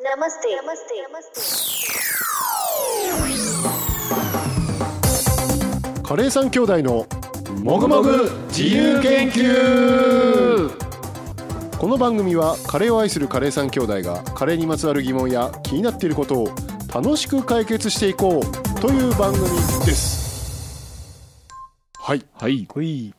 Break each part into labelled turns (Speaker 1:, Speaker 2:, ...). Speaker 1: नमस्ते नमस्ते नमस्ते
Speaker 2: カレーさん兄弟のもぐもぐ自由研究この番組はカレーを愛するカレーさん兄弟がカレーにまつわる疑問や気になっていることを楽しく解決していこうという番組ですはい
Speaker 3: はい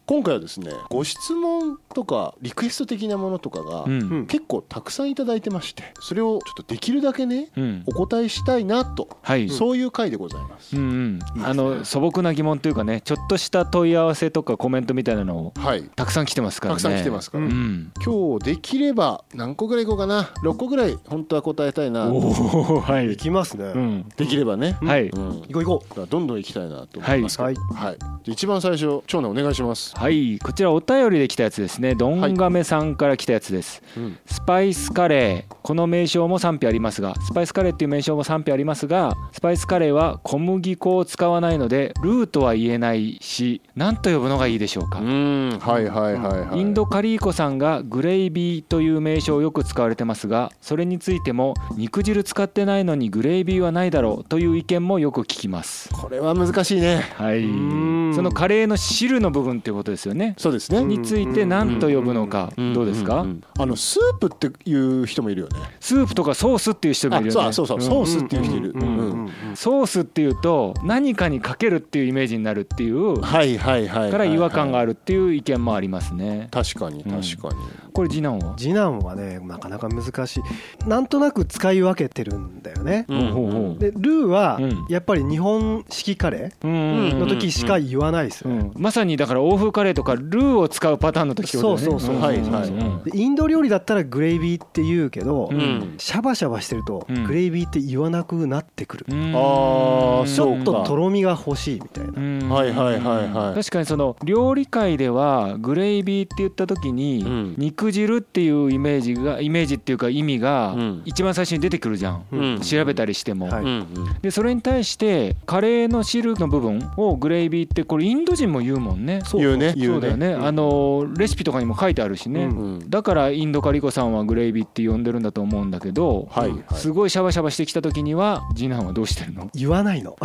Speaker 2: 今回はですねご質問とかリクエスト的なものとかが、
Speaker 3: うん
Speaker 2: うん結構たくさんいただいてましてそれをちょっとできるだけね
Speaker 3: うん
Speaker 2: お答えしたいなと、
Speaker 3: はい、
Speaker 2: そういう回でございます、
Speaker 3: うんうんあの素朴な疑問というかねちょっとした問い合わせとかコメントみたいなのを
Speaker 2: はい
Speaker 3: たくさん来てますから
Speaker 2: たく
Speaker 3: ね
Speaker 2: さん来てますから、
Speaker 3: うん
Speaker 2: 今日できれば何個ぐらいいこうかな6個ぐらい本当は答えたいな
Speaker 3: おおはい
Speaker 4: いきますね。
Speaker 3: うん
Speaker 2: できればね、
Speaker 3: はいう
Speaker 4: 行こう行こ
Speaker 2: ん、どんどん行きたいなと思いますけど
Speaker 4: はい
Speaker 2: はいで一番最初長男お願いします、
Speaker 3: はいこちらお便りで来たやつですねどんがめさんから来たやつです、
Speaker 2: うん
Speaker 3: スパイスカレーこの名称も賛否ありますがスパイスカレーっていう名称も賛否ありますがスパイスカレーは小麦粉を使わないのでルーとは言えないし何と呼ぶのがいいでしょうか
Speaker 2: うんはいはいはいはい
Speaker 3: インドカリーコさんがグレイビーという名称をよく使われてますがそれについても肉汁使ってないのにグレイビーはないだろうという意見もよく聞きます
Speaker 2: これは難しいね
Speaker 3: はい
Speaker 4: ん
Speaker 3: そのカレーの汁の部分ってことですよね
Speaker 2: そうですね、
Speaker 3: について何と呼ぶのか
Speaker 2: ん
Speaker 3: どうですか
Speaker 2: んんあのスープっていう人もいるよね
Speaker 3: スープとかソースっていう人もい
Speaker 2: あ
Speaker 3: る
Speaker 2: そう
Speaker 3: よ
Speaker 2: あ
Speaker 3: ね
Speaker 2: そうそう、
Speaker 3: ん
Speaker 2: ソースっていう人いる、
Speaker 4: う。うんう
Speaker 2: うん
Speaker 4: ん
Speaker 3: ソースっていうと何かにかけるっていうイメージになるっていう
Speaker 2: はいはいはいはいはい
Speaker 3: から違和感があ
Speaker 2: る
Speaker 3: るっていう意見もありますね
Speaker 2: 確かに確かに、
Speaker 3: これ次男は
Speaker 4: 次男はねなかなか難しい。なんとなく使い分けてるんだよね。
Speaker 2: うん
Speaker 3: ほうほう
Speaker 4: でルーは
Speaker 3: うん
Speaker 4: やっぱり日本式カレ
Speaker 3: うん
Speaker 4: ーの時しか言わないですよ
Speaker 3: う
Speaker 4: ね。
Speaker 3: ん、まさにだから欧風カレーとかルーを使うパターンの時ってことだよね
Speaker 4: そうそうそう
Speaker 3: うん
Speaker 2: はいはい
Speaker 3: うん
Speaker 4: でインド料理だったらグレイビーって言うけど、
Speaker 3: うん
Speaker 4: シャバシャバしてると
Speaker 3: うん
Speaker 4: グレイビーって言わなくなってくる、
Speaker 3: うん
Speaker 2: あー
Speaker 4: ちょ
Speaker 2: そ
Speaker 4: っ
Speaker 2: う
Speaker 4: と
Speaker 2: か
Speaker 4: とろみが欲しいみたいな、
Speaker 3: うん
Speaker 2: はいはいはいはい
Speaker 3: 確かにその料理界ではグレイビーって言った時に
Speaker 2: うん
Speaker 3: 肉汁っていうイメージがイメージっていうか意味が
Speaker 2: うん
Speaker 3: 一番最初に出てくるじゃん、
Speaker 2: うん
Speaker 3: 調べたりしても、
Speaker 4: はい
Speaker 2: うんうん
Speaker 3: でそれに対してカレーの汁の部分をグレイビーってこれインド人も言うもんね
Speaker 2: 言うね言
Speaker 3: そううだよね、あのレシピとかにも書いてあるしね、
Speaker 4: うん
Speaker 2: うん
Speaker 3: だからインドカリコさんはグレイビーって呼んでるんだと思うんだけど、
Speaker 2: はいはい
Speaker 3: すごいシャバシャバしてきた時には次男はどうしてるの
Speaker 4: 言わないの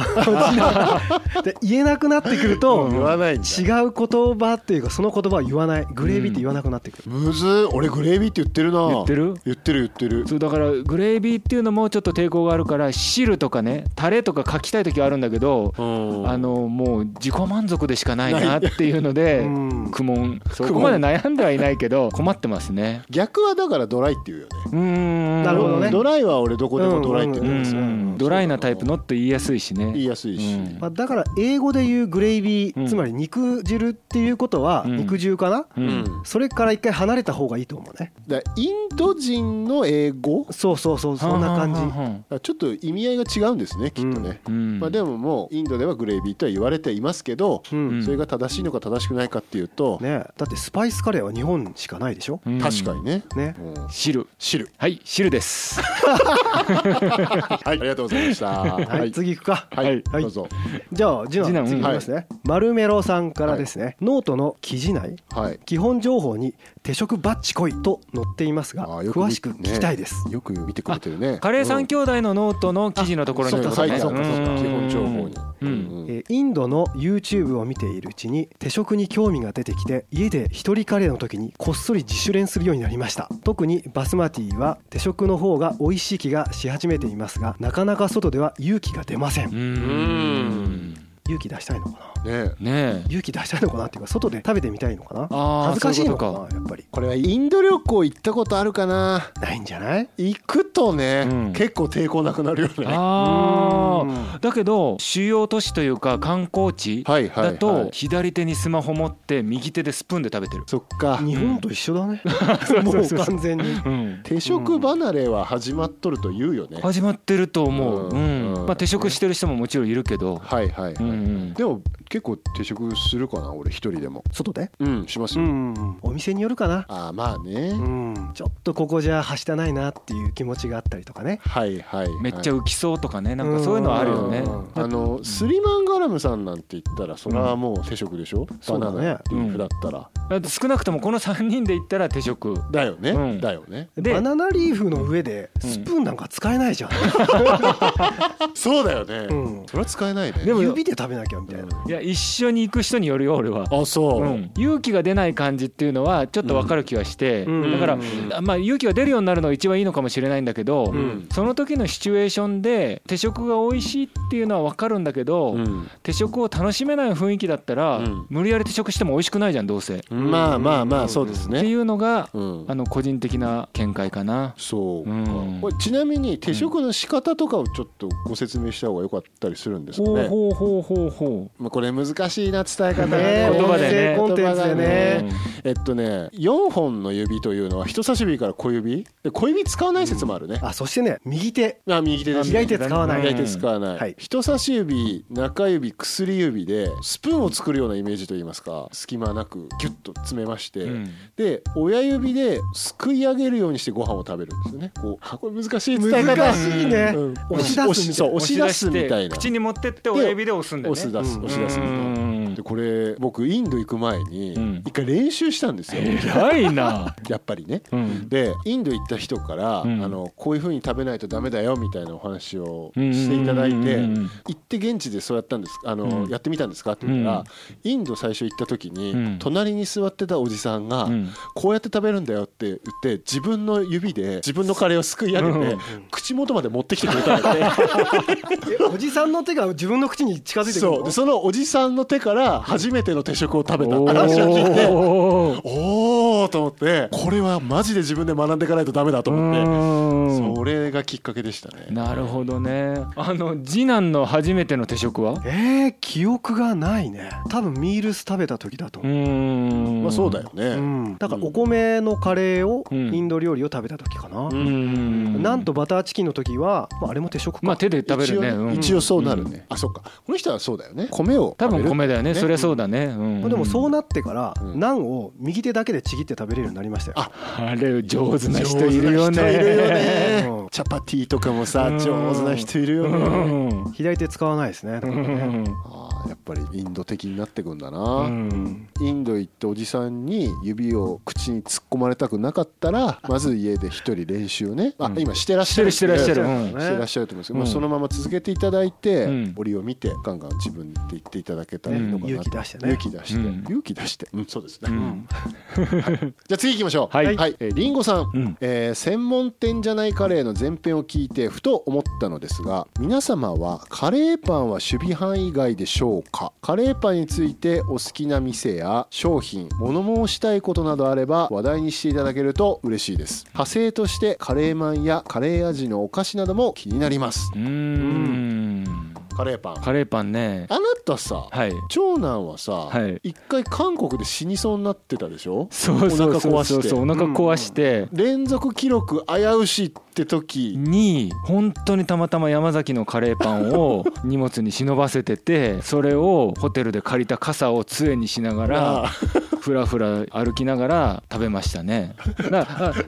Speaker 4: で言えなくなってくると
Speaker 2: 言わないんだ
Speaker 4: 違う言葉っていうかその言葉は言わないグレービーって言わなくなってくる、
Speaker 2: むずー俺グレービーって言ってるな
Speaker 3: 言ってる
Speaker 2: 言ってる言ってる
Speaker 3: そうだからグレイビーっていうのもちょっと抵抗があるから汁とかねタレとか書きたい時はあるんだけど、
Speaker 2: うん
Speaker 3: あのもう自己満足でしかないなっていうので、
Speaker 4: うん
Speaker 3: 苦悶そこまで悩んではいないけど困ってますね
Speaker 2: 逆はだからドライって言うよね
Speaker 3: うーん
Speaker 4: なるほどね
Speaker 2: ドライは俺どこでもドライって
Speaker 3: う
Speaker 2: 言うんですよ
Speaker 3: んドライなタイプのって言いやすいしね
Speaker 2: 言いやすいし
Speaker 3: うん
Speaker 4: まあ、だから英語で言うグレイビー、
Speaker 3: うん
Speaker 4: つまり肉汁っていうことは
Speaker 3: うん
Speaker 4: 肉汁かな、
Speaker 3: う
Speaker 2: うんん
Speaker 4: それから一回離れた方がいいと思うね
Speaker 2: だからインド人の英語だか
Speaker 4: そうそうそうそんな感じ
Speaker 3: はんはんはんはん
Speaker 2: らちょっと意味合いが違うんですねきっとね
Speaker 3: うん
Speaker 2: まあでももうインドではグレービーとは言われていますけど
Speaker 4: うん
Speaker 2: それが正しいのか正しくないかっていうと
Speaker 4: ねえだってスパイスカレーは日本しかないでしょ
Speaker 3: うん
Speaker 2: 確かにね
Speaker 4: ね
Speaker 2: うん
Speaker 3: 汁
Speaker 2: 汁
Speaker 3: はい汁です
Speaker 2: はいありがとうございました
Speaker 4: はい、
Speaker 2: はい
Speaker 4: 次行くか
Speaker 2: はい
Speaker 4: はい
Speaker 2: どうぞ
Speaker 4: じゃあ次
Speaker 3: 次
Speaker 4: 男
Speaker 3: 男
Speaker 4: 次行きますね、丸メロさんからですね、ノートの記事内
Speaker 2: はい
Speaker 4: 基本情報に「手食バッチ来い」と載っていますが
Speaker 2: あーよく見
Speaker 4: 詳しく聞きたいです、
Speaker 2: よく見てくれてるね
Speaker 3: カレー
Speaker 2: う
Speaker 3: 三
Speaker 2: ん
Speaker 3: 兄弟のノートの記事のところに
Speaker 2: そう
Speaker 3: こ
Speaker 2: か
Speaker 3: と
Speaker 2: 書いて
Speaker 3: ね
Speaker 2: あるそうか
Speaker 3: うん
Speaker 2: 基本情報に
Speaker 3: う
Speaker 2: う
Speaker 3: ん
Speaker 2: ん
Speaker 4: えーインドの YouTube を見ているうちに手食に興味が出てきて家で一人カレーの時にこっそり自主練するようになりました特にバスマティは手食の方が美味しい気がし始めていますがなかなか外では勇気が出ません、
Speaker 3: うん
Speaker 4: 勇気出したいのかな
Speaker 2: ね
Speaker 3: ねえ
Speaker 4: 勇気出したいのかなっていうか外で食べてみたいのかな
Speaker 3: あー
Speaker 4: 恥ずかしいのかな
Speaker 3: そういうこ
Speaker 4: やっぱり
Speaker 2: これはインド旅行行ったことあるかな
Speaker 4: ないんじゃない
Speaker 2: 行くとね、
Speaker 3: うん
Speaker 2: 結構抵抗なくなるよね
Speaker 3: あ
Speaker 4: う
Speaker 3: あだけど主要都市というか観光地
Speaker 2: はいはいはい
Speaker 3: だと左手にスマホ持って右手でスプーンで食べてる
Speaker 2: そっか
Speaker 4: 日本と一緒だねもう完全に
Speaker 3: うん
Speaker 2: 定食離れは始まっとると言うよね、
Speaker 3: 始まってると思う
Speaker 2: う
Speaker 3: うんんまあ手食してる人ももちろんいるけど
Speaker 2: はいはいはい、
Speaker 3: うんうん
Speaker 2: でも結構定食するかな俺一人でも
Speaker 4: 外で
Speaker 2: うんします
Speaker 4: う
Speaker 2: よ、
Speaker 4: んお店によるかな
Speaker 2: ああまあね、
Speaker 4: うんちょっとここじゃはしたないなっていう気持ちがあったりとかね
Speaker 2: はいはい、はい、
Speaker 3: めっちゃ
Speaker 2: う
Speaker 3: 浮きそうとかねなんかそういうのはあるよね
Speaker 4: うん
Speaker 2: あのスリマンガラムさんなんて言ったらそれはもう定食でしょ、
Speaker 4: そう
Speaker 2: バ
Speaker 4: だね
Speaker 2: ナナっていうふだったら、
Speaker 3: だって少なくともこの3人で行ったら定食
Speaker 2: だよね、
Speaker 3: うん
Speaker 2: だよね
Speaker 3: で
Speaker 4: バナナリーフの上で
Speaker 3: うん
Speaker 4: スプーンなんか使えないじゃん、
Speaker 2: そうだよね、
Speaker 4: うん
Speaker 2: それは使えないね
Speaker 3: でも
Speaker 4: 指で食べなきゃみたいな、
Speaker 3: いや一緒に行く人によるよ俺は。
Speaker 2: あそう、
Speaker 3: うん、勇気が出ない感じっていうのはちょっと分かる気がして、
Speaker 4: うん
Speaker 3: だから、
Speaker 2: うん
Speaker 3: あまあ、勇気が出るようになるのが一番いいのかもしれないんだけど、
Speaker 2: うん
Speaker 3: その時のシチュエーションで手食が美味しいっていうのは分かるんだけど、
Speaker 2: うん
Speaker 3: 手食を楽しめない雰囲気だったら、
Speaker 2: うん
Speaker 3: 無理やり手食しても美味しくないじゃんどうせ、っ
Speaker 2: まあまあまあそうです
Speaker 3: てい
Speaker 2: ね、
Speaker 3: うのが
Speaker 2: うん
Speaker 3: あの個人的な見解かな。
Speaker 2: そうか、
Speaker 3: うん
Speaker 2: これちなみに手食の仕方とかをちょっとご説明した方が良かったりするんですか
Speaker 3: ほう
Speaker 2: ね、
Speaker 3: ほうほうほうほ
Speaker 2: まあ、これ難しいな伝え方が
Speaker 4: ね
Speaker 2: ね
Speaker 3: 言葉で
Speaker 4: 音声
Speaker 3: ね
Speaker 4: コンテンツで
Speaker 3: う、
Speaker 4: ね
Speaker 2: うんえっとね4本の指というのは人差し指から小指で小指使わない説もあるね、
Speaker 4: あそしてね右手
Speaker 2: あ右手です
Speaker 4: 左手使わない、
Speaker 3: うん
Speaker 2: 左手使わない、
Speaker 4: はい
Speaker 2: 人差し指中指薬指でスプーンを作るようなイメージといいますか隙間なくギュッと詰めまして、
Speaker 3: うん
Speaker 2: で親指ですくい上げるようにしてご飯を食べるんですよねこうあこれ難しい伝え方
Speaker 4: 難しいね、
Speaker 2: うん
Speaker 4: 押し出すみたいな
Speaker 2: 押そう押し出すみたい
Speaker 3: 押し出して
Speaker 2: な
Speaker 3: 口に持ってって親指で押すんだよね
Speaker 2: 押し出す
Speaker 4: うん
Speaker 2: 押し出すみたいな
Speaker 3: うん
Speaker 2: でこれ僕インド行く前に
Speaker 3: うん
Speaker 2: 一回練習したんですよ、
Speaker 3: 偉いな、
Speaker 2: やっぱりね
Speaker 3: うん
Speaker 2: でインド行った人から、
Speaker 3: うん
Speaker 2: あのこういう風に食べないとダメだよみたいなお話をしていただいて、
Speaker 3: うんうんうんうん
Speaker 2: 行って現地でそうやったんですあの、
Speaker 3: うん
Speaker 2: やってみたんですかって言ったら、インド最初行った時に、
Speaker 3: うん
Speaker 2: 隣に座ってたおじさんが、
Speaker 3: うん
Speaker 2: こうやって食べるんだよって言って自分の指で自分のカレーをすくい上げて、
Speaker 3: うん
Speaker 2: 口元まで持ってきてくれた のね
Speaker 4: えおじさんの手が自分の口に近づいてくる
Speaker 2: そう
Speaker 4: の
Speaker 2: でそのおじさんの手から初めての定食を食べたって話を聞いて。
Speaker 3: おー
Speaker 2: おーと思ってこれはマジで自分で学んでいかないとダメだと思って
Speaker 3: う
Speaker 2: それがきっかけでしたね
Speaker 3: んなるほ どねあの次男の初めての定食は
Speaker 4: えー、記憶がないね多分ミールス食べた時だと
Speaker 3: う
Speaker 4: 思う、
Speaker 3: ん
Speaker 2: まあそうだよ
Speaker 4: う
Speaker 2: ね
Speaker 4: んだからお米のカレーを
Speaker 3: うん
Speaker 4: インド料理を食べた時かな、
Speaker 3: うん
Speaker 4: なんとバターチキンの時は、まあ、あれも手食か、
Speaker 3: まあ手で食べ
Speaker 2: 一
Speaker 3: る
Speaker 2: 応
Speaker 3: ね
Speaker 2: ね
Speaker 3: うん
Speaker 2: 一応そうなるねあそっかこの人はそうだよね米を
Speaker 3: 多分米だよ
Speaker 2: ね
Speaker 3: ねそりゃそうだねうん
Speaker 4: まあでもそうなってから
Speaker 2: うん
Speaker 4: ナンを右手だけでちぎって食べれるようになりましたよ、
Speaker 2: あ
Speaker 3: あれ上手な人いるよ
Speaker 2: 上
Speaker 3: ね
Speaker 2: 手な人いるよ
Speaker 4: う
Speaker 2: ね
Speaker 4: ん
Speaker 2: チャパティとかもさ
Speaker 3: うん
Speaker 2: 上手な人いるよね
Speaker 4: 左手使わないですねだか
Speaker 3: う
Speaker 4: ら
Speaker 3: ん
Speaker 4: ね
Speaker 2: あーやっぱりインド的になってくんだ
Speaker 3: う
Speaker 2: なんインド行っておじさんに指を口に突っ込まれたくなかったらまず家で一人練習をねあ
Speaker 3: うん
Speaker 2: 今してらっ
Speaker 3: し
Speaker 2: してゃ
Speaker 3: る
Speaker 2: る
Speaker 3: してらっしゃるう
Speaker 4: うんん
Speaker 2: してらっしゃると思うんですけど、ま
Speaker 3: う
Speaker 2: あ、
Speaker 3: ん
Speaker 2: そのまま続けていただいて、
Speaker 3: うん
Speaker 2: 折を見てガンガン自分で言っていただけたらいいのかなと、
Speaker 4: ね勇気出してね
Speaker 2: 勇気出して、
Speaker 3: うん
Speaker 2: 勇気出して、うん、そうですね、
Speaker 3: う
Speaker 2: はい
Speaker 3: ん
Speaker 2: じゃあ次行きましょう
Speaker 3: はい
Speaker 2: えーりんごさん、
Speaker 3: うん
Speaker 2: えー専門店じゃないカレーの前編を聞いてふと思ったのですが皆様はカレーパンは守備範囲外でしょうかカレーパンについてお好きな店や商品物申したいことなどあれば話題にしていただけると嬉しいです派生としてカレーマンやカレー味のお菓子なども気になります
Speaker 3: うん
Speaker 2: カレーパン
Speaker 3: カレーパンね
Speaker 2: あなたさ、
Speaker 3: はい
Speaker 2: 長男はさ、
Speaker 3: はい
Speaker 2: 一回韓国で死にそうになってたでしょ
Speaker 3: そうそう
Speaker 2: お腹
Speaker 3: そう
Speaker 2: 壊し
Speaker 3: そ
Speaker 2: て
Speaker 3: うそうお腹壊して
Speaker 2: 連続記録危うしって時
Speaker 3: に本当にたまたま山崎のカレーパンを荷物に忍ばせててそれをホテルで借りた傘を杖にしなが
Speaker 2: あ
Speaker 3: らふらふら歩きながら食べまし たね。だ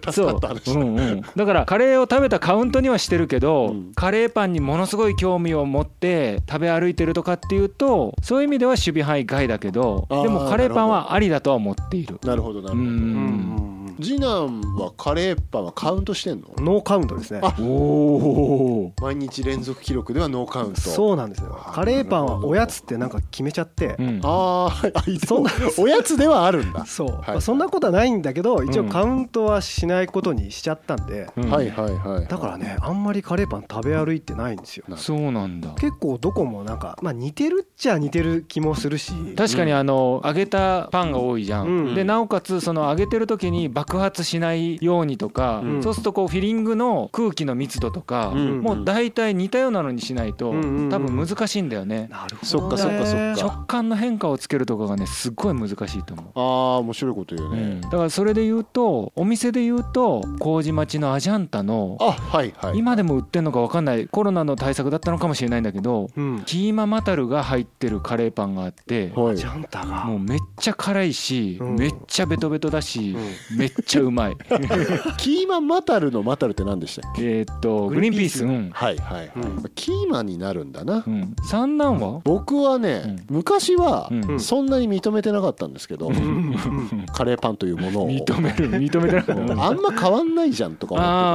Speaker 3: あそう、うんうん、だからカレーを食べたカウントにはしてるけど、
Speaker 2: うん
Speaker 3: カレーパンにものすごい興味を持って食べ歩いてるとかっていうとそういう意味では守備範囲外だけど
Speaker 2: あー
Speaker 3: でもカレーパンはありだとは思っている。
Speaker 2: なるほどなる
Speaker 3: う
Speaker 2: ほど、
Speaker 4: うん
Speaker 3: ん
Speaker 2: 次男はカレーパンはカウントしてんの
Speaker 4: ノーカウントですね
Speaker 2: あ
Speaker 3: おお
Speaker 2: 毎日連続記録ではノーカウントう
Speaker 4: そうなんですよカレーパンはおやつってなんか決めちゃって、
Speaker 3: うん
Speaker 2: あーあい
Speaker 4: そ
Speaker 2: そうう
Speaker 4: なん
Speaker 2: おやつではあるんだ、
Speaker 4: そう、
Speaker 2: はい
Speaker 4: まあそんなことはないんだけど一応カウントはしないことにしちゃったんで、
Speaker 3: うん
Speaker 2: はいはいはい
Speaker 4: だからねあんまりカレーパン食べ歩いてないんですよ
Speaker 3: そうなんだ。
Speaker 4: 結構どこもなんか、まあ、似てるっちゃ似てる気もするし
Speaker 3: 確かに
Speaker 2: うん
Speaker 3: あの揚げたパンが多いじゃん、
Speaker 4: うん
Speaker 3: でなおかつその揚げてる時に爆発しないようにとか、
Speaker 2: うん
Speaker 3: そうするとこうフィリングの空気の密度とか、
Speaker 2: うん
Speaker 3: もう大体似たようなのにしないと、
Speaker 4: うんうんうん
Speaker 3: 多分難しいんだよね、
Speaker 4: なる
Speaker 2: そっ
Speaker 4: ほど、ね、
Speaker 2: かそっかそっか
Speaker 3: 食感の変化をつけるとかがねすっごい難しいと思う。
Speaker 2: あー面白いこと言うね、
Speaker 3: だからそれで言うとお店で言うと麹町のアジャンタの
Speaker 2: あはいはい
Speaker 3: 今でも売ってんのか分かんないコロナの対策だったのかもしれないんだけど
Speaker 4: うん
Speaker 3: キーママタルが入ってるカレーパンがあって
Speaker 2: はい
Speaker 4: ジャンタが
Speaker 3: もうめっちゃ辛いし、
Speaker 4: うん
Speaker 3: めっちゃベトベトだし、
Speaker 4: うん
Speaker 3: めっちゃうまい
Speaker 2: キーマンマタルのマタルって何でしたっけ
Speaker 3: えーっとグ
Speaker 4: グ
Speaker 3: リ
Speaker 4: リーン
Speaker 3: ーンピ
Speaker 4: ピー
Speaker 3: ース
Speaker 4: ス
Speaker 3: うん、
Speaker 2: はいはいはい、
Speaker 4: うん
Speaker 2: キーマンになるんだな、
Speaker 3: うん、三男は
Speaker 2: 僕はね、昔は
Speaker 3: うん
Speaker 4: うん
Speaker 2: そんなに認めてなかったんですけど、カレーパンというものを
Speaker 3: 認める認めてなかった
Speaker 2: あんま変わんないじゃんとか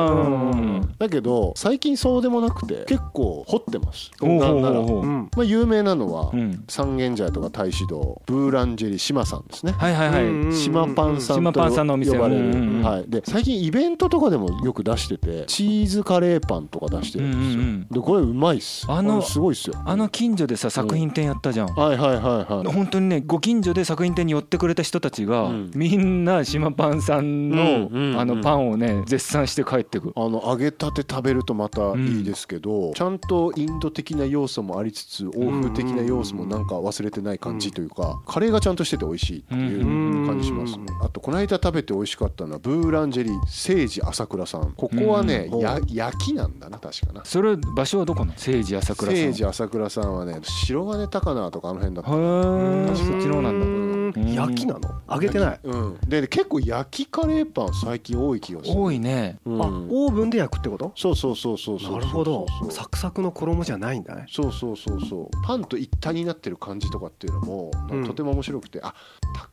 Speaker 2: 思ってて
Speaker 3: あー
Speaker 2: だけど最近そうでもなくて結構掘ってます
Speaker 3: うん
Speaker 2: な
Speaker 3: ほ
Speaker 2: ん
Speaker 3: う
Speaker 2: なら
Speaker 3: ほうほう
Speaker 4: うん
Speaker 2: まあ、有名なのは、
Speaker 3: うん
Speaker 2: 三軒茶屋とか太子堂ブーランジェリ島さんですね、
Speaker 3: はいはいはい、
Speaker 4: うんうん
Speaker 2: 島パンさん
Speaker 3: 島
Speaker 2: と
Speaker 3: パンさんのお店
Speaker 2: 呼ばれる、
Speaker 3: うんうんうん
Speaker 2: はい、で最近イベントとかでもよく出しててチーズカレーパンとか出してるんですよ、
Speaker 3: うんうん
Speaker 2: でこれうまいっす
Speaker 3: あの
Speaker 2: これすごいっすよ
Speaker 3: あの近所でさ作品展やったじゃん、
Speaker 2: はいはいはいはい
Speaker 3: 本当にねご近所で作品展に寄ってくれた人たちが、
Speaker 2: うん
Speaker 3: みんな島パンさんの、
Speaker 2: うんうんうん
Speaker 3: あのパンをね絶賛して帰ってく
Speaker 2: あの揚げたて食べるとまたいいですけど、ちゃんとインド的な要素もありつつ欧風的な要素もなんか忘れてない感じというか、カレーがちゃんとしてて美味しいっていう感じしますね、あとこの間食べて美味しかったのはブーランジェリーセージ朝倉さんここはね、
Speaker 4: うん
Speaker 2: や焼きなんだな確かな
Speaker 3: それ場所はどこなの聖治朝倉さん
Speaker 2: セージ朝倉さんはね白金高菜とかあの辺だった
Speaker 3: へー
Speaker 4: うん
Speaker 3: そっちの方なんだん
Speaker 4: 焼きなの揚げてない
Speaker 2: うん、で結構焼きカレーパン最近多い気がする
Speaker 3: 多いね
Speaker 2: うん
Speaker 4: あオーブンで焼くってこと
Speaker 2: そうそうそうそうそう
Speaker 4: なるほ
Speaker 2: そ
Speaker 4: ど
Speaker 2: うそうそう
Speaker 4: サクサクの衣じゃないんだね
Speaker 2: そうそうそうそうパンと一体になってる感じとかっていうのも、
Speaker 4: うん
Speaker 2: とても面白くてあ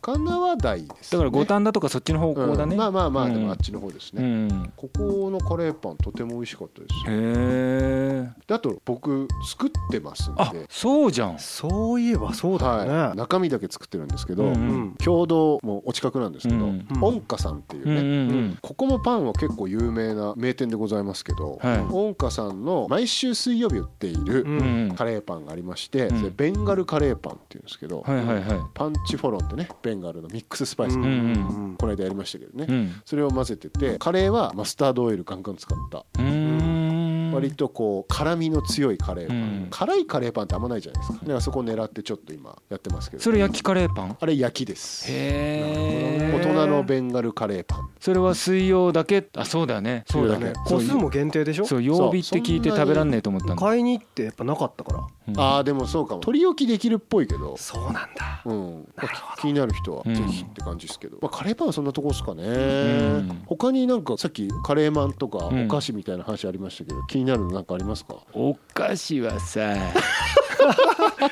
Speaker 2: 高輪台です、
Speaker 3: だ
Speaker 2: ね、
Speaker 3: から五反田とかそっちの方向
Speaker 2: う
Speaker 3: だね、うんん、
Speaker 2: まあまあまあ、
Speaker 3: うん
Speaker 2: でもあっちの方ですね、ここのカレーパンとても美味しかったです
Speaker 3: へえ
Speaker 2: であと僕作ってますん
Speaker 3: あ
Speaker 2: で
Speaker 3: そうじゃん
Speaker 4: そういえばそうだよ
Speaker 2: はい、
Speaker 4: ね
Speaker 2: 中身だけ作ってるんですけど、
Speaker 3: うんうん
Speaker 4: うん
Speaker 2: 共同もお近くなんですけど、
Speaker 3: うん
Speaker 4: うん
Speaker 2: 音花さんっていうね、
Speaker 3: うんうんうん
Speaker 2: ここもパンは結構有名な名店でございますけど、
Speaker 3: はい
Speaker 2: 音花さんの毎週水曜日売っている
Speaker 4: う
Speaker 3: うんん
Speaker 2: カレーパンがありまして、
Speaker 3: うん
Speaker 2: それベンガルカレーパンっていうんですけど、
Speaker 3: はいはいはい
Speaker 2: パンチフォロンってねベンガルのミックススパイス、
Speaker 4: うんうん
Speaker 2: この間やりましたけどね、
Speaker 3: うん
Speaker 2: それを混ぜててカレーはマスタードオイルガンガン使った
Speaker 3: うーん
Speaker 2: 割とこう辛みの強いカレーパン、
Speaker 3: うん
Speaker 2: 辛いカレーパンってあんまないじゃないですかだからそこを狙ってちょっと今やってますけど
Speaker 3: それ焼きカレーパン
Speaker 2: あれ焼きです
Speaker 3: へえ
Speaker 2: 大人のベンガルカレーパン
Speaker 3: それは水曜だけあそうだよね
Speaker 2: そうだ
Speaker 4: ね
Speaker 2: ね
Speaker 4: 個数も限定でしょ
Speaker 3: そう曜日って聞いて
Speaker 2: そう
Speaker 3: 食べらんねえと思ったんだ
Speaker 4: 買いに行ってやっぱなかったから
Speaker 3: うん
Speaker 2: ああでもそうかも取り置きできるっぽいけど
Speaker 4: そうなんだ
Speaker 2: うん、
Speaker 4: なるほど
Speaker 2: 気になる人は
Speaker 3: う
Speaker 2: ぜ
Speaker 3: ん
Speaker 2: ひって感じですけど、まあ、カレーパンはそんなとこですかね、
Speaker 3: ん
Speaker 2: 他になんかさっきカレーマンとか
Speaker 3: うん
Speaker 2: お菓子みたいな話ありましたけど、気になるのなんかあり ますか
Speaker 3: お菓子はさ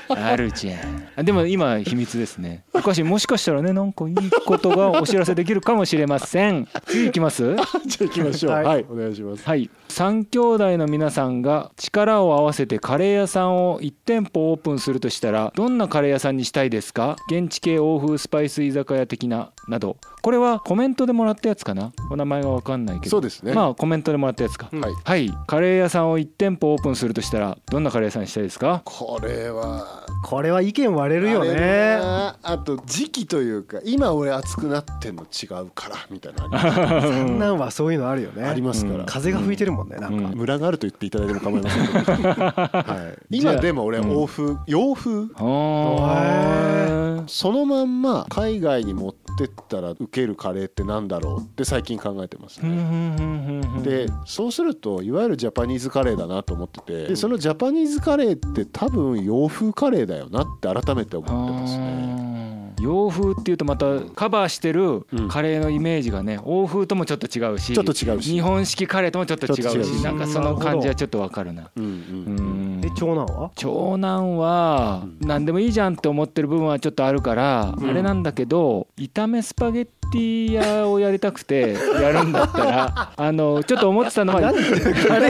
Speaker 3: あるじゃんあでも今秘密ですねお菓子もしかしたらねなんかいいことがお知らせできるかもしれません次いきま
Speaker 2: じ
Speaker 3: す
Speaker 2: ゃあ行きましょうは、
Speaker 4: はいい
Speaker 2: お願いします
Speaker 3: はい3兄弟の皆さんが力を合わせてカレー屋さんを1店舗オープンするとしたらどんなカレー屋さんにしたいですか現地系欧風スパイス居酒屋的ななどこれはコメントでもらったやつかなお名前が分かんないけど
Speaker 2: そうですね
Speaker 3: まあコメントでもらったやつか、
Speaker 4: うん
Speaker 2: はい
Speaker 3: はいカレー屋さんを1店舗オープンするとしたらどんなカレー屋さんにしたいですか
Speaker 2: これは
Speaker 4: これは意見割れるよ
Speaker 2: あれ
Speaker 4: ね
Speaker 2: なあと時期というか今俺熱くなってんの違うからみたいなのあ
Speaker 4: 三男はそういうのあるよね
Speaker 2: りあります から、
Speaker 4: 風が吹いてるもんねなん
Speaker 3: う
Speaker 4: か
Speaker 3: ん
Speaker 2: ムラがあると言っていただいても構いませんけ ど、はい、今でも俺
Speaker 3: うん
Speaker 2: 欧風、洋風
Speaker 3: あ
Speaker 2: そのまんま海外に持ってったら受けるカレーってなんだろうって最近考えてます
Speaker 3: ーふ
Speaker 2: ね。
Speaker 3: んふんふんふんふん
Speaker 2: でそうするといわゆるジャパニーズカレーだなと思っててでそのジャパニーズカレーって多分洋風カレーだよなって改めて思ってますね。
Speaker 3: あー洋風っていうとまたカバーしてる
Speaker 2: うん
Speaker 3: カレーのイメージがね欧風ともちょっと違うし
Speaker 2: ちょっと違うし
Speaker 3: 日本式カレーともちょっと違
Speaker 2: ちょっと
Speaker 3: う
Speaker 2: 違う
Speaker 3: し
Speaker 2: し
Speaker 3: なんかその感じはちょっとわかるな
Speaker 2: うん
Speaker 3: う
Speaker 2: うん
Speaker 3: ん
Speaker 4: え長男は
Speaker 3: 長男は何でもいいじゃんって思ってる部分はちょっとあるからあ
Speaker 4: うん
Speaker 3: れなんだけど炒めスパゲッティ屋をやりたくてやるんだった らあのちょっと思ってたのは
Speaker 4: カレ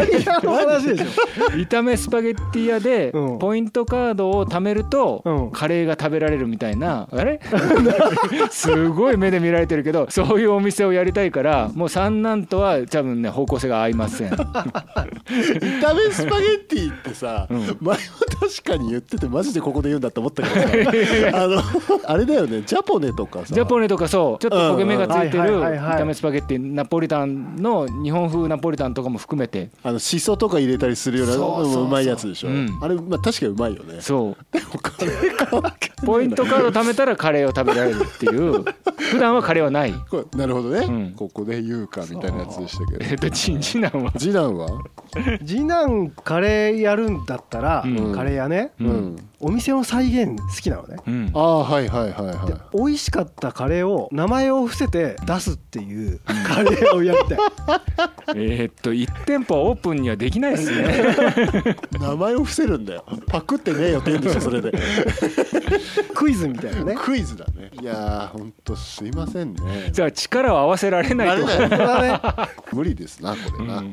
Speaker 4: ー屋の話でし
Speaker 3: 炒めスパゲッティ屋で
Speaker 4: うん
Speaker 3: ポイントカードを貯めると
Speaker 4: うん
Speaker 3: カレーが食べられるみたいなあれ すごい目で見られてるけどそういうお店をやりたいからもう三男とは多分ね方向性が合いません
Speaker 2: 炒めスパゲッティってさ、
Speaker 3: うん
Speaker 2: 前も確かに言っててマジでここで言うんだって思ったけど さあのあれだよねジャポネとかさ
Speaker 3: ジャポネとかそうちょっと焦げ目がついて
Speaker 4: うん
Speaker 3: る
Speaker 4: うんはいはいはいはい
Speaker 3: 炒めスパゲッティナポリタンの日本風ナポリタンとかも含めて
Speaker 2: あのシソとか入れたりするような
Speaker 3: そうそうそう
Speaker 2: うまいやつでしょ、
Speaker 3: うん
Speaker 2: あれ、まあ、確かにうまいよね
Speaker 3: そう
Speaker 2: でもカレー関係ない
Speaker 3: ポイントカード貯めたらカレーを食べられるっていう 普段はカレーはない
Speaker 2: これなるほどね、
Speaker 3: うん
Speaker 2: ここで言うかみたいなやつでしたけど
Speaker 3: えっとチン次男は
Speaker 2: 次男は
Speaker 4: 次男カレーやるんだったら、
Speaker 3: うん
Speaker 4: カレー屋ね
Speaker 3: う
Speaker 2: うんん、
Speaker 4: お店の再現好きなのね
Speaker 3: うん
Speaker 2: ああはいはいはい
Speaker 4: で
Speaker 2: は
Speaker 4: 美味しかったカレーを名前を伏せて出すっていうカレーをやりたい
Speaker 3: えーっと1店舗はオープンにはできないですね
Speaker 2: い名前を伏せるんだよパクってねえよって言うんでしょそれで
Speaker 4: クイズみたいなね
Speaker 2: クイズだねいやーほんとすいませんね
Speaker 3: じゃあ力を合わせられないと
Speaker 2: 慣れ
Speaker 4: これはね
Speaker 2: 無理ですなこ
Speaker 3: う
Speaker 2: れな、
Speaker 3: ん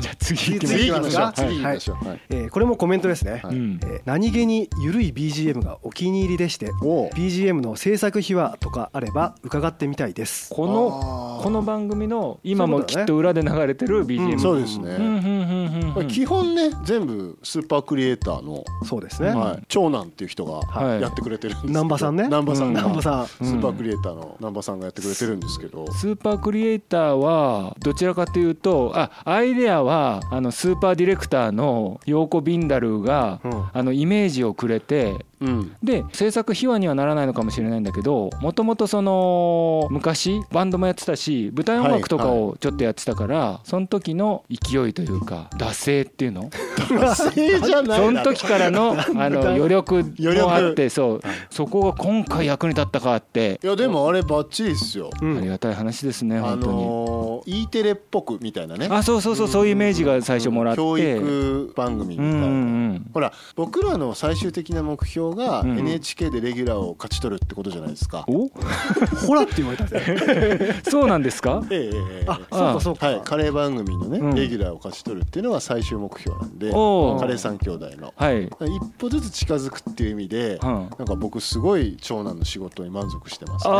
Speaker 3: じゃあ次行きま
Speaker 2: 次
Speaker 3: しょ
Speaker 2: 行き
Speaker 3: う
Speaker 2: ましょう次行きましょう、はい
Speaker 4: えーこれもコメントですね、
Speaker 2: はい
Speaker 3: うん
Speaker 4: えー何気に緩い BGM がお気に入りでして
Speaker 2: おう
Speaker 4: BGM の制作秘話とかあれば伺ってみたいです
Speaker 3: こ
Speaker 2: あ
Speaker 3: の
Speaker 2: ー
Speaker 3: この番組の今もきっと裏で流れてる BGM、
Speaker 4: ん
Speaker 2: そうですね、
Speaker 3: うんうんうんうん
Speaker 2: これ基本ね全部スーパークリエイターの、
Speaker 4: そうですね、
Speaker 2: はい、長男っていう人が
Speaker 3: はい
Speaker 2: やってくれてるんですけど
Speaker 4: 南波さんね
Speaker 2: 南波さんが、
Speaker 4: 南波さん
Speaker 2: スーパークリエイターの南波さんがやってくれてるんですけど、
Speaker 3: スーパークリエイターはどちらかというとあアイデアはあのスーパーディレクターのヨーコ・ビンダルーが、
Speaker 4: うん
Speaker 3: あのイメージをくれて
Speaker 2: うん、
Speaker 3: で制作秘話にはならないのかもしれないんだけどもともとその昔バンドもやってたし舞台音楽とかをちょっとやってたから、その時の勢いというか惰性っていうの
Speaker 2: 惰性じゃ ない
Speaker 3: その時からのあの余力
Speaker 2: 余力
Speaker 3: もあってそうそこが今回役に立ったかって
Speaker 2: いやでもあれバッチリっすよ、
Speaker 4: うん
Speaker 3: ありがたい話ですね
Speaker 2: あ
Speaker 3: 本当に。
Speaker 2: のー、E テレっぽくみたいなね
Speaker 3: あそうそうそうそういうイメージが最初もらって
Speaker 2: 教育番組み
Speaker 3: う
Speaker 2: たい
Speaker 3: んう
Speaker 2: な、
Speaker 3: んうん
Speaker 2: ほら僕らの最終的な目標が
Speaker 3: うん
Speaker 2: NHK でレギュラーを勝ち取るってことじゃないですか、
Speaker 3: お
Speaker 4: ほらって言われたんですよ
Speaker 3: そうなんですか
Speaker 2: ええええええ
Speaker 4: あそうかそうか、
Speaker 2: はい、カレー番組のね、
Speaker 3: うん
Speaker 2: レギュラーを勝ち取るっていうのが最終目標なんで
Speaker 3: おー
Speaker 2: カレー三兄弟の
Speaker 3: はい、うん、
Speaker 2: 一歩ずつ近づくっていう意味で、
Speaker 3: あ
Speaker 2: なんか僕すごい長男の仕事に満足してますね
Speaker 3: あ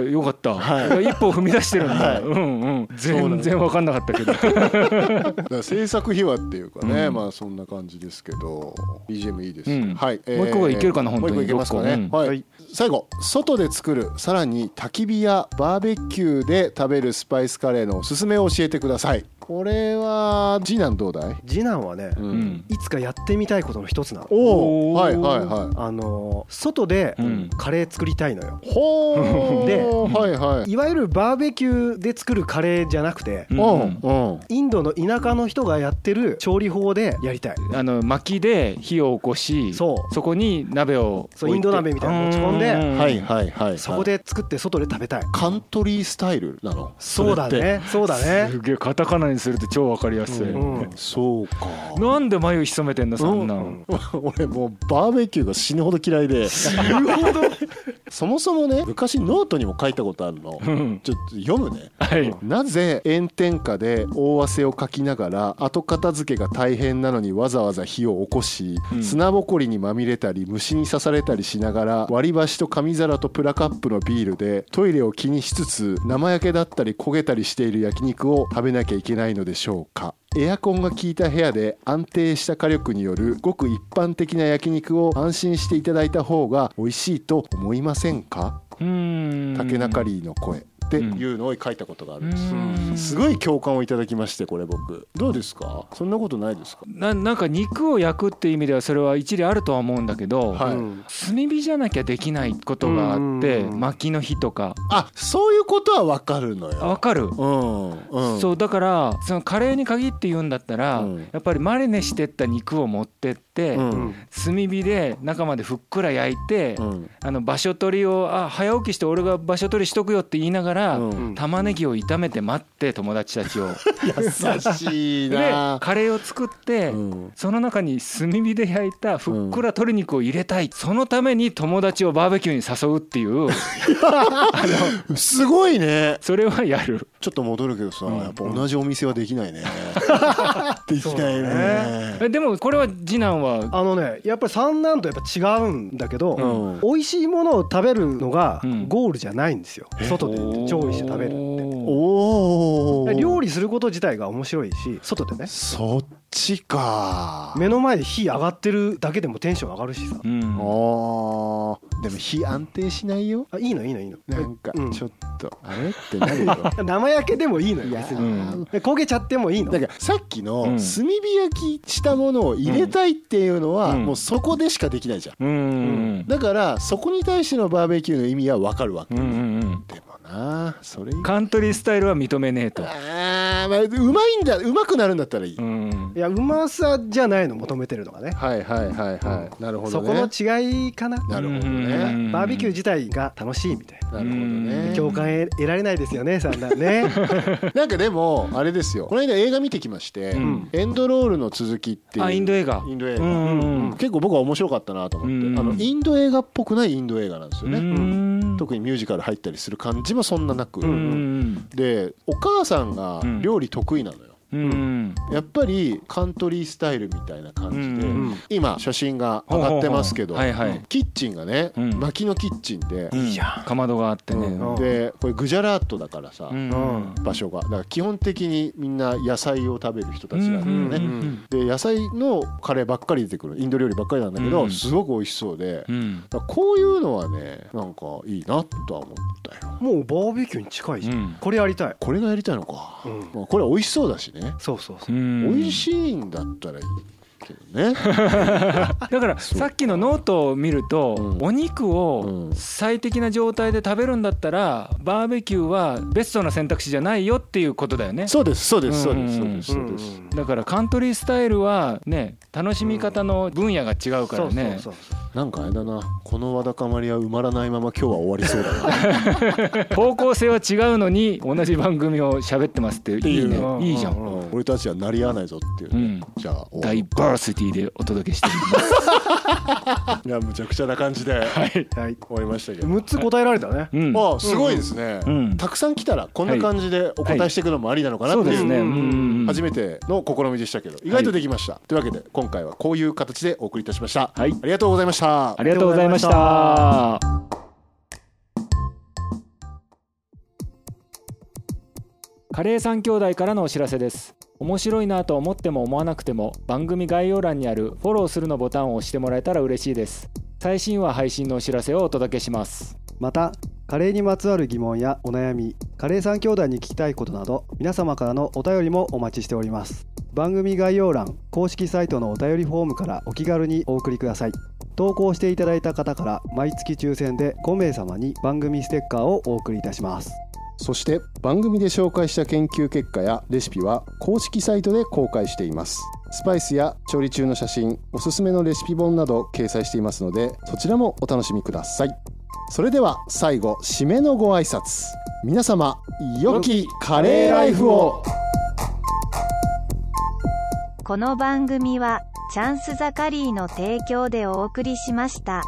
Speaker 3: ーよかった、
Speaker 2: は
Speaker 3: 一歩踏み出してるんだ、
Speaker 2: はい
Speaker 3: うんうん
Speaker 2: そうなん
Speaker 3: 全
Speaker 2: です
Speaker 3: 然分かんなかったけど
Speaker 2: だから制作秘話っていうかね、
Speaker 3: うん
Speaker 2: まあそんな感じですけど BGM いいです、
Speaker 3: うん
Speaker 2: はい、
Speaker 3: もう一個がいけるかな本当に
Speaker 2: もう一個いけますかね、
Speaker 3: 六個
Speaker 2: はい、
Speaker 4: はい
Speaker 2: 最後外で作るさらに焚き火やバーベキューで食べるスパイスカレーのおすすめを教えてくださいこれは次男どうだい、
Speaker 4: 次男はね、
Speaker 2: う
Speaker 3: うん
Speaker 4: いつかやってみたいことの一つなの
Speaker 2: おお
Speaker 3: おー
Speaker 2: はいはいはい
Speaker 4: あのー外で
Speaker 3: うん
Speaker 4: カレー作りたいのよ、
Speaker 2: ほー
Speaker 4: で
Speaker 2: はいはい
Speaker 4: いわゆるバーベキューで作るカレーじゃなくて、
Speaker 3: う
Speaker 2: うん
Speaker 3: ん
Speaker 2: うん
Speaker 4: インドの田舎の人がやってる調理法でやりたい
Speaker 3: あの薪で火を起こし
Speaker 4: そう
Speaker 3: こに鍋を
Speaker 4: そうインド鍋みたいなの持ち込んで
Speaker 3: う
Speaker 2: はいはいはいはい
Speaker 4: そこで作って外で食べたい
Speaker 2: カントリースタイルなの
Speaker 4: そうだ
Speaker 2: れって
Speaker 4: ねそうだね
Speaker 3: すげえカタカナにすると超わかりやすい、
Speaker 4: うん
Speaker 2: そうか
Speaker 3: なんで眉潜めてんだそんなん、
Speaker 4: うん
Speaker 2: 俺もうバーベキューが死ぬほど嫌いで そもそもね昔ノートにも書いたことあるの
Speaker 3: うん
Speaker 2: ちょっと読むね
Speaker 3: はい
Speaker 2: なぜ炎天下で大汗をかきながら後片付けが大変なのにわざわざ火を起こし、
Speaker 3: うん
Speaker 2: 砂ぼこりにまみれたり虫に刺されたりしながら割り箸と紙皿とプラカップのビールでトイレを気にしつつ生焼けだったり焦げたりしている焼肉を食べなきゃいけないのでしょうかエアコンが効いた部屋で安定した火力によるごく一般的な焼肉を安心していただいた方が美味しいと思いませんか
Speaker 3: うん
Speaker 2: 竹中リーの声っていうのを書いたことがあるんです、
Speaker 3: うん
Speaker 2: すごい共感をいただきましてこれ僕どうですかそんなことないですか
Speaker 3: ななんか肉を焼くっていう意味ではそれは一理あるとは思うんだけど、
Speaker 2: はい
Speaker 4: うん
Speaker 3: 炭火じゃなきゃできないことがあって
Speaker 4: うん
Speaker 3: 薪の火とか
Speaker 2: あそういうことはわかるの
Speaker 3: わかる、
Speaker 2: うんうん
Speaker 3: そうだからそのカレーに限って言うんだったら、
Speaker 2: うん
Speaker 3: やっぱりマリネしてった肉を持ってって、
Speaker 2: うん
Speaker 4: うん
Speaker 3: 炭火で中までふっくら焼いて、
Speaker 2: うん
Speaker 3: あの場所取りをあ早起きして俺が場所取りしとくよって言いながら、
Speaker 2: うん
Speaker 3: 玉ねぎを炒めて待って友達たちを
Speaker 2: 優 しい
Speaker 3: で
Speaker 2: な
Speaker 3: カレーを作って、
Speaker 2: うん
Speaker 3: その中に炭火で焼いたふっくら鶏肉を入れたい、そのために友達をバーベキューに誘うっていう
Speaker 2: すごいね
Speaker 3: それはやる
Speaker 2: ちょっと戻るけどさ
Speaker 3: うん
Speaker 2: やっぱ同じお店はできないねできない
Speaker 4: そうだ
Speaker 2: ね
Speaker 3: えでもこれは次男は
Speaker 4: あのねやっぱり三男とやっぱ違うんだけど、
Speaker 2: うん
Speaker 4: 美味しいものを食べるのが
Speaker 3: うん
Speaker 4: ゴールじゃないんですよ、外で調理して食べるって
Speaker 2: おお
Speaker 4: 料理すること自体が面白いし外でね
Speaker 2: そっちか
Speaker 4: 目の前で火上がってるだけでもテンション上がるしさ
Speaker 3: うん
Speaker 2: あーでも火安定しないよ
Speaker 4: あいいのいいのいいの
Speaker 2: なんか
Speaker 4: うん
Speaker 2: ちょっとあれってな るよ
Speaker 4: 生焼けでもいいの
Speaker 2: い
Speaker 4: よ
Speaker 2: や
Speaker 4: 別
Speaker 2: ー
Speaker 4: にで焦げちゃってもいいの
Speaker 2: だからさっきの
Speaker 3: うん
Speaker 2: 炭火焼きしたものを入れたいっていうのは
Speaker 3: うん
Speaker 2: もうそこでしかできないじゃん
Speaker 3: うんうん
Speaker 2: だからそこに対してのバーベキューの意味はわかるわけ
Speaker 3: うんうんうん
Speaker 2: でもななそれいい
Speaker 3: カントリースタイルは認めねえと。
Speaker 2: あー、まあ、うまいんだうまくなるんだったらいい、
Speaker 3: うん
Speaker 4: いやうまさじゃないの求めてるのがね
Speaker 2: はいはいはいはい、なるほど
Speaker 4: そ
Speaker 2: ね
Speaker 4: この違いかな
Speaker 2: なるほど
Speaker 3: う
Speaker 2: ね
Speaker 3: ん
Speaker 4: バーベキュー自体が楽しいみたいな
Speaker 2: なるほどね
Speaker 3: うん
Speaker 4: 共感得られないですよねそんなんね
Speaker 2: なんかでもあれですよこの間映画見てきまして、
Speaker 3: うん
Speaker 2: エンドロールの続きっていう
Speaker 3: あインド映画。
Speaker 2: インド映
Speaker 3: う
Speaker 2: 画、
Speaker 3: んうん
Speaker 2: 結構僕は面白かったなと思って、
Speaker 3: うん
Speaker 2: あのインド映画っぽくないインド映画なんです
Speaker 3: う
Speaker 2: よね、
Speaker 3: ん。
Speaker 2: 特にミュージカル入ったりする感じもそんななく、
Speaker 3: うんん
Speaker 2: でお母さんが料理得意なのよ、
Speaker 3: うん
Speaker 2: やっぱりカントリースタイルみたいな感じで、
Speaker 3: うん
Speaker 4: うん
Speaker 2: 今写真が上がってますけど
Speaker 3: ほうほうほうはいはい
Speaker 2: キッチンがね、
Speaker 3: うん
Speaker 2: 薪のキッチンで
Speaker 3: う、ん。いいじゃん。かまどがあってね。
Speaker 4: うん
Speaker 2: でこれグジャラートだからさ、
Speaker 3: うん
Speaker 4: うん
Speaker 2: 場所がだから基本的にみんな野菜を食べる人たちなんだよね、
Speaker 4: うんう
Speaker 2: で
Speaker 4: ん
Speaker 2: 野菜のカレーばっかり出てくるインド料理ばっかりなんだけど、
Speaker 3: うん
Speaker 2: すごく美味しそうで、
Speaker 3: うん
Speaker 2: だからこういうのはねなんかいいなとは思ったよ
Speaker 4: もうバーベキューに近いじゃん、
Speaker 3: うん
Speaker 4: これやりたい、
Speaker 2: これがやりたいのか、
Speaker 4: うん
Speaker 2: まあ、これは美味しそうだしね、
Speaker 4: そうそうそうう、
Speaker 3: ん
Speaker 2: 美味しいんだったらいいけどね
Speaker 3: だから
Speaker 2: そう
Speaker 3: さっきのノートを見ると、
Speaker 2: うん
Speaker 3: お肉
Speaker 2: う
Speaker 3: を
Speaker 2: ん
Speaker 3: 最適な状態で食べるんだったらバーベキューはベストな選択肢じゃないよっていうことだよね
Speaker 2: そうですそうですそう
Speaker 3: うん
Speaker 2: ですそう
Speaker 3: うん
Speaker 2: ですそうです、
Speaker 4: ん
Speaker 3: だからカントリースタイルはね楽しみ方の分野が違うからね
Speaker 4: そうそう
Speaker 2: なんかあれだなこのわだかまりは埋まらないまま今日は終わりそうだな
Speaker 3: 方向性は違うのに同じ番組を喋ってますっていいね
Speaker 4: うん
Speaker 3: いいじゃ
Speaker 4: うんん
Speaker 2: 俺たちはなり合わないぞっていう
Speaker 3: う
Speaker 2: ね、
Speaker 3: ん
Speaker 2: じゃあ終
Speaker 3: ダ
Speaker 2: わろ
Speaker 3: イバーシティでお届けしています
Speaker 2: ういやむちゃくちゃな感じで、
Speaker 4: そうはい
Speaker 2: 終わりましたけど
Speaker 4: 6つ答えられたね、
Speaker 3: うん
Speaker 2: あすごいですね、
Speaker 3: うん
Speaker 2: たくさん来たらこんな感じでお答えしていくのもありなのかなって
Speaker 3: そうで
Speaker 2: い
Speaker 3: す
Speaker 2: う,、
Speaker 3: ね
Speaker 4: うん
Speaker 3: うん
Speaker 2: 初めての試みでしたけど意外とできました、というわけで今回はこういう形でお送りいたしました、
Speaker 3: はい
Speaker 2: ありがとうございました
Speaker 3: ありがとうございまし
Speaker 4: ありがとうござい
Speaker 3: たカレー三兄弟からのお知らせです面白いなと思っても思わなくても番組概要欄にあるフォローするのボタンを押してもらえたら嬉しいです最新話配信のお知らせをお届けします
Speaker 4: またカレーにまつわる疑問やお悩みカレー三兄弟に聞きたいことなど皆様からのお便りもお待ちしております番組概要欄公式サイトのお便りフォームからお気軽にお送りください投稿していただいた方から毎月抽選で5名様に番組ステッカーをお送りいたします
Speaker 2: そして番組で紹介した研究結果やレシピは公式サイトで公開していますスパイスや調理中の写真おすすめのレシピ本など掲載していますのでそちらもお楽しみくださいそれでは最後締めのご挨拶皆様良きカレーライフを
Speaker 1: この番組はチャンスザカリーの提供でお送りしました。